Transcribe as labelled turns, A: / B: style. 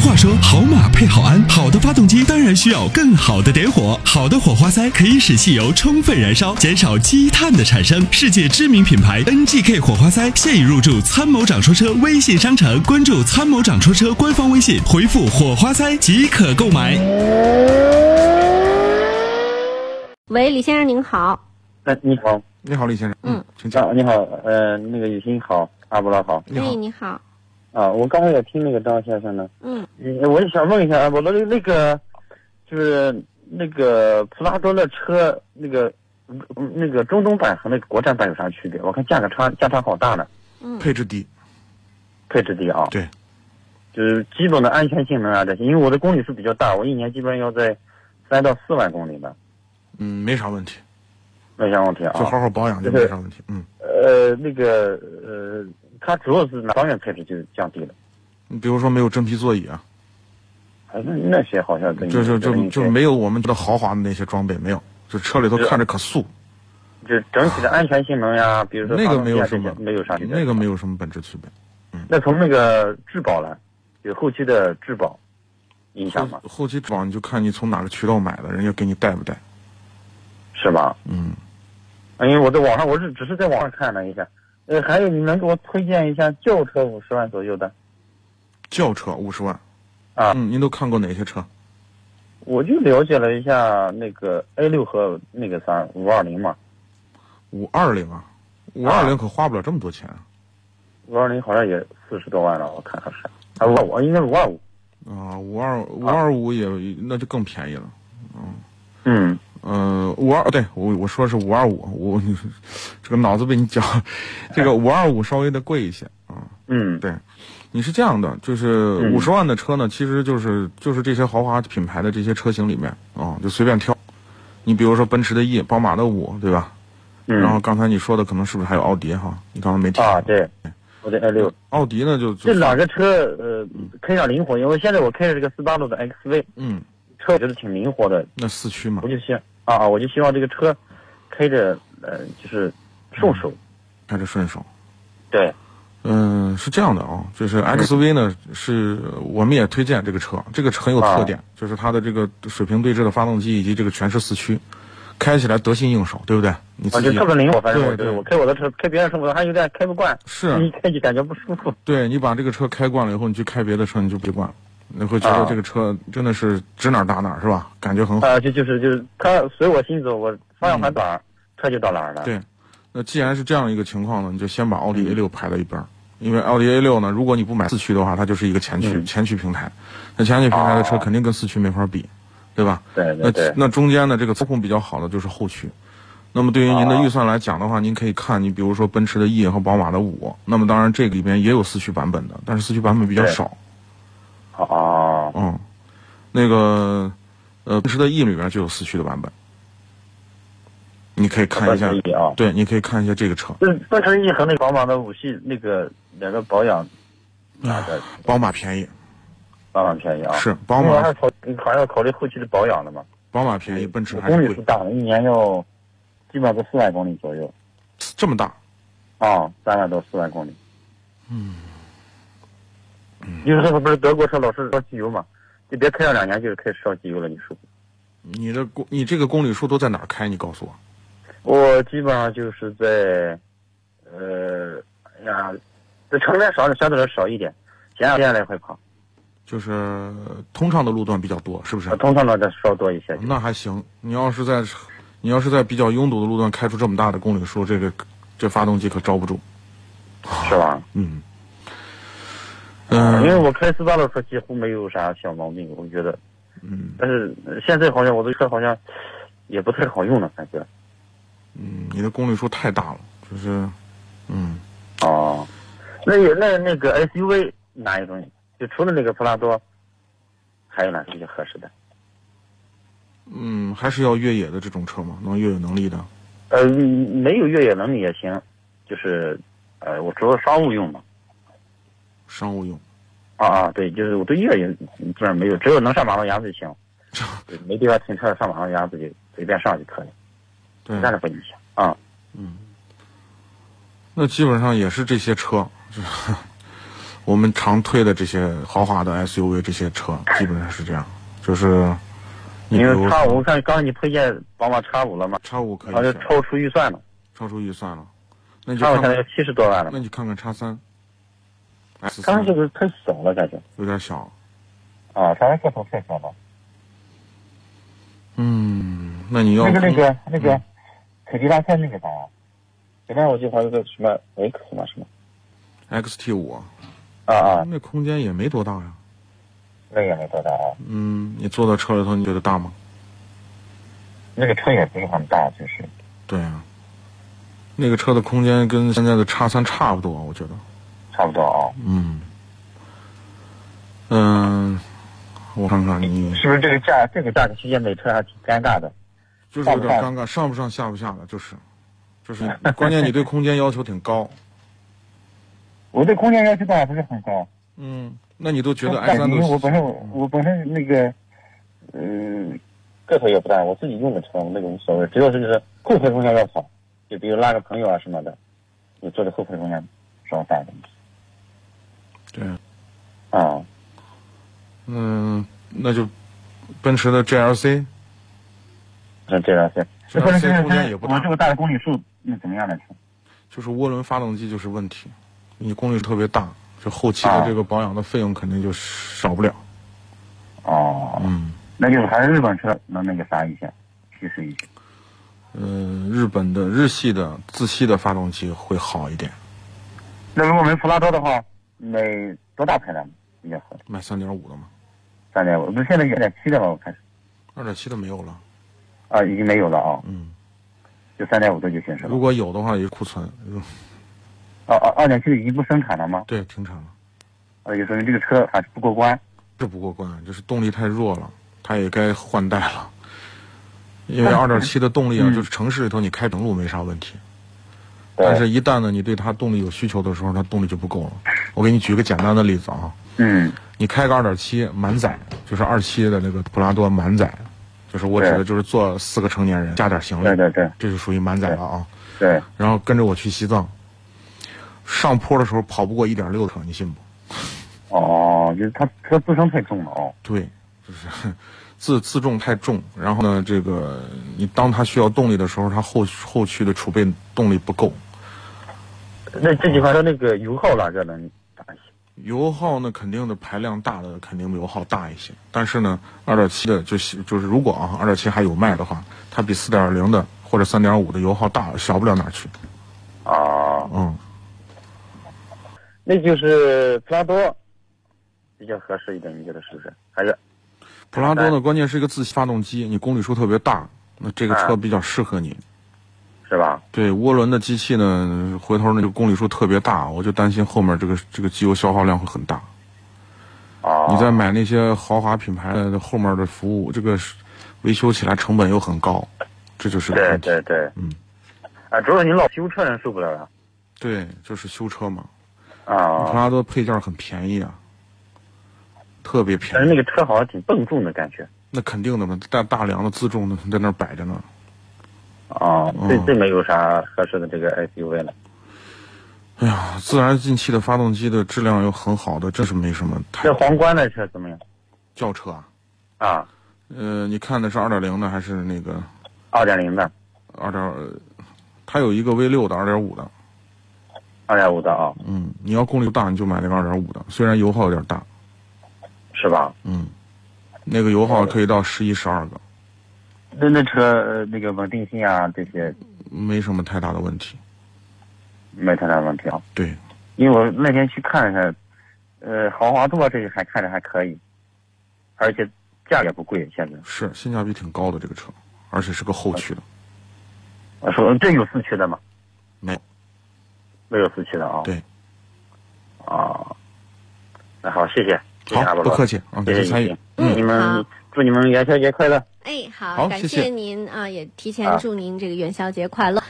A: 话说，好马配好鞍，好的发动机当然需要更好的点火。好的火花塞可以使汽油充分燃烧，减少积碳的产生。世界知名品牌 NGK 火花塞现已入驻参谋长说车微信商城，关注参谋长说车官方微信，回复火花塞即可购买。
B: 喂，李先生您好，
C: 哎，你好，
D: 你好，李先生。
B: 嗯，
D: 请讲。
C: 啊，你好，呃，那个雨欣好，阿布拉好
D: 你好
B: 哎，你好，
C: 啊，我刚才也听那个张先生的，
B: 嗯，
C: 嗯我也想问一下阿布拉，那个就是那个普拉多的车，那个嗯那个中东版和那个国产版有啥区别？我看价格差价差好大呢，
B: 嗯
D: 配置低，
C: 配置低啊，
D: 对，
C: 就是基本的安全性能啊这些，因为我的公里数比较大，我一年基本上要在三到四万公里吧，
D: 嗯，没啥问题，
C: 没啥问题啊。
D: 就好好保养就没啥问题。嗯，
C: 呃，那个呃，它主要是哪方面配置就降低了？
D: 你比如说没有真皮座椅啊，
C: 反正呃那些好像跟
D: 就就就
C: 跟
D: 就没有我们觉得豪华的那些装备，没有，就车里头看着可素，
C: 就是整体的安全性能呀，比如说
D: 那
C: 发
D: 个
C: 动
D: 没
C: 机啊
D: 有
C: 这
D: 什
C: 些
D: 么，
C: 没有啥区别。
D: 那个没有什么本质区别。
C: 那从那个质保呢，有后期的质保影响吗
D: 后？后期质保你就看你从哪个渠道买的，人家给你带不带。
C: 是吧？
D: 嗯，
C: 因为我在网上，我是只是在网上看了一下。呃，还有你能给我推荐一下轿车五十万左右的？
D: 轿车五十万
C: 啊
D: 嗯，您都看过哪些车？
C: 我就了解了一下那个 A 六和那个啥五二零嘛，
D: 五二零啊，五二零可花不了这么多钱啊。
C: 五二零好像也四十多万了，我看看是啊，五我应该是五二五。
D: 啊，五二五二五也那就更便宜了。
C: 嗯，
D: 嗯，五二对我我说是五二五，我 这个脑子被你搅， 这个五二五稍微的贵一些啊。
C: 嗯，
D: 对，你是这样的，就是
C: 嗯
D: 五十万的车呢，其实就是就是这些豪华品牌的这些车型里面啊，就随便挑。你比如说奔驰的 E，宝马的五，对吧？
C: 嗯
D: 然后刚才你说的可能是不是还有奥迪哈？你刚才没提
C: 啊，对，我的 A 六。
D: 奥迪呢就
C: 这
D: 就
C: 两个车，呃，开上灵活，因为现在我开着这个斯巴鲁的 XV
D: 嗯，
C: 车，我觉得挺灵活的，
D: 那四驱嘛
C: 我，就希啊啊，我就希望这个车开着，呃，就是顺手。
D: 开着顺手。
C: 对，
D: 嗯，是这样的啊，就是 XV 呢，是我们也推荐这个车，这个车很有
C: 啊
D: 特点，就是它的这个水平对置的发动机以及这个全时四驱，开起来得心应手，对不对？你
C: 啊，
D: 自
C: 就
D: 己
C: 特别灵活。反正我
D: 对
C: 觉得
D: 对
C: 我开我的车，开别人车我还有点开不惯，
D: 是啊
C: 一开就感觉不舒服。
D: 对你把这个车开惯了以后，你去开别的车你就不惯了，你会觉得
C: 啊
D: 这个车真的是指哪儿打哪儿是吧？感觉很好。
C: 啊，就就是就是，它随我心走，我方向盘短儿，车就到哪儿了。
D: 嗯对，那既然是这样一个情况呢，你就先把奥迪
C: 嗯
D: A 六排到一边儿，因为奥迪 A 六呢，如果你不买四驱的话，它就是一个前驱、
C: 嗯
D: 前驱平台，那前驱平台的车
C: 哦
D: 肯定跟四驱没法比，对吧？
C: 对
D: 那
C: 对对，
D: 那中间的这个操控比较好的就是后驱。那么对于您
C: 哦
D: 的预算来讲的话，您可以看你比如说奔驰的 E 和宝马的五，那么当然这个里边也有四驱版本的，但是四驱版本比较
C: 对
D: 少。
C: 哦，
D: 嗯，那个呃，奔驰的 E 里边就有四驱的版本，你可以看一下
C: 奔驰 E 啊，
D: 对，你可以看一下这个车，
C: 就是奔驰 E 和那个宝马的五系那个两个保养，
D: 啊
C: 啊哪个
D: 宝马便宜
C: 保养便宜啊？
D: 是宝
C: 因为还
D: 马
C: 是考还要考虑后期的保养的嘛。
D: 宝马便宜，哎奔驰还
C: 哎公
D: 是
C: 里是
D: 贵，
C: 大的，一年要基本上都四万公里左右
D: 这么大，
C: 啊，三万到四万公里。嗯，就是说不是德国车老是烧机油嘛，就别开了两年就是开始烧机油了，你说？
D: 你的公你这个公里数都在哪儿开？你告诉我，
C: 我基本上就是在，呃，哎呀，在城边少相对来说少一点，前两天来回跑，
D: 就是呃通畅的路段比较多，是不是？
C: 通常呢再烧多一些。
D: 那还行，你要是在你要是在比较拥堵的路段开出这么大的公里数，这个这发动机可招不住。
C: 是吧？
D: 嗯，
C: 因
D: 嗯、
C: 为我开斯巴鲁车几乎没有啥小毛病，我觉得。嗯。但是呃现在好像我的车好像也不太好用了，感觉。
D: 嗯，你的公里数太大了，就是嗯。
C: 哦。那也那那个 SUV 哪一种？就除了那个普拉多，还有哪是比较合适的？
D: 嗯，还是要越野的这种车嘛，能越野能力的。
C: 呃，没有越野能力也行，就是呃，我主要商务用嘛。
D: 商务用，
C: 啊啊，对，就是我对越野这儿没有，只有能上马路牙子就行。没地方停车，上马路牙子就随便上就可以，
D: 对
C: 其，他的不影响啊。
D: 那基本上也是这些车。我们常推的这些豪华的 SUV 这些车，基本上是这样，就是你比
C: 因
D: 如哎
C: 为叉五，看刚才你推荐宝马叉五了嘛，
D: 叉五可
C: 然后啊就
D: 以选
C: 超出预算了，
D: 超出预算了，啊那你就
C: 叉五
D: 看
C: 现在要
D: 看，
C: 七十多万了
D: 那，你看看叉三，S
C: 刚
D: 三
C: 才是不是太小了感觉？
D: 有点小，
C: 啊，刚才个头太小了。
D: 嗯，那你要
C: 那个那
D: 空
C: 个那个，凯迪拉克那个啥，前面我就还有个什么维克嘛什么，
D: XT 五，
C: 啊啊，
D: 那空间也没多大呀，
C: 那个也没多大啊，
D: 嗯，你坐到车里头你觉得大吗？
C: 那个车也不是很大，就是
D: 对啊，那个车的空间跟现在的叉三差不多，我觉得。
C: 差不多啊。
D: 嗯，嗯、我看看你，
C: 是不是这个价这个价格区间买车还挺尴尬的？
D: 就是有点尴尬，上不上下不下的，就是，就是，关键你对空间要求挺高。
C: 我对空间要求倒还不是很高，
D: 嗯，那你都觉
C: 哎但
D: 得
C: 因
D: i 三都嗯
C: 为我本身我本身那个，嗯，个头也不大，我自己用的车那个无所谓，只要是就是后排空间要好，就比如拉个朋友啊什么的，就坐在后排空间稍大一点
D: 对，
C: 啊。
D: 嗯，那就奔驰的 GLC
C: 像这辆车，
D: 这辆车空间也不大
C: 我这么大的公里数，那怎么样来说？
D: 就是涡轮发动机就是问题，你功率特别大，这后期的
C: 啊
D: 这个保养的费用肯定就少不了。
C: 哦，
D: 嗯，
C: 那就是还是日本车能那个啥一下，提示一下。
D: 呃，日本的日系的自吸的发动机会好一点，
C: 那如果买普拉多的话，买多大排量比较好？
D: 买三点五的嘛，
C: 三点五，不是现在有点七的吧？我看是
D: 二点七的没有了。
C: 啊，已经没有了啊，
D: 嗯，
C: 就三点五的就行是吧
D: 如？果有的话也是库存，如
C: 哦哦，二点七的已经不生产了吗？
D: 对，停产了。
C: 啊，就说明这个车还是不过关。
D: 这不过关，就是动力太弱了，它也该换代了。因为二点七的动
C: 嗯
D: 力啊，就是城市里头你开平路没啥问题，但是，一旦呢你对它动力有需求的时候，它动力就不够了。我给你举个简单的例子啊，
C: 嗯，
D: 你开个二点七满载，就是二七的那个普拉多满载，就是我指的
C: 对
D: 就是坐四个成年人加点行
C: 对
D: 李，
C: 对对
D: 这就属于满载了啊。
C: 对，
D: 然后跟着我去西藏，上坡的时候跑不过一点六的，你信不？
C: 哦，就是它车自身太重了哦。
D: 对，就是 自自重太重，然后呢，这个你当它需要动力的时候，它后后续的储备动力不够，
C: 那这几款车那个油耗哪个能大一些？
D: 油耗呢肯定的排量大的肯定油耗大一些，但是呢，二点七的就是就是如果啊二点七还有卖的话，它比四点零的或者三点五的油耗大小不了哪儿去，
C: 啊，
D: 嗯，
C: 那就是普拉多比较合适一点，你觉得是不是？还是
D: 普拉多呢关键是一个自吸发动机，你公里数特别大，那这个车比较适合你。
C: 是吧？
D: 对涡轮的机器呢，回头那个公里数特别大，我就担心后面这个这个机油消耗量会很大。
C: 啊，
D: 你再买那些豪华品牌的后面的服务，这个是维修起来成本又很高，这就是个
C: 对
D: 问题。
C: 对对，
D: 嗯，
C: 啊，主要你老修车人受不了了
D: 对，就是修车嘛，普
C: 啊，
D: 拉多配件很便宜啊，特别
C: 但是
D: 便
C: 那
D: 宜。
C: 个车好像挺笨重的感觉
D: 那肯定的嘛，大大梁的自重呢在那儿摆着呢。
C: 啊，最
D: 嗯
C: 最没有啥合适的这个 SUV 了
D: 哎呀，自然进气的发动机的质量又很好的，真是没什么太
C: 那皇冠那车怎么样
D: 轿车啊。
C: 啊？
D: 呃，你看的是二点零的还是那个
C: 二点零的，
D: 二点，它有一个 V 六的，二点五的，
C: 二点五的啊，
D: 嗯，你要功率大你就买那个二点五的，虽然油耗有点大，
C: 是吧？
D: 嗯，那个油耗可以到十一、十二个，
C: 那那车呃那个稳定性啊这些
D: 没什么太大的问题。
C: 没太大问题啊，
D: 对，
C: 因为我那天去看了看，呃，豪华度啊这些还看着还可以，而且价格也不贵，现在。
D: 是性价比挺高的这个车，而且是个后驱的，
C: 我说这有四驱的吗？
D: 没有，
C: 没有四驱的啊。
D: 对。
C: 啊，那好，谢谢。谢谢阿
D: 好，
C: 波
D: 不
C: 罗
D: 客气啊，
C: 谢
D: 感
C: 谢
D: 谢
C: 你
D: 参与，
B: 嗯
C: 你
B: 好
C: 们祝你们元宵节快乐。
B: 哎，好，
D: 好
B: 感
D: 谢谢
B: 您啊，也提前
C: 啊
B: 祝您这个元宵节快乐。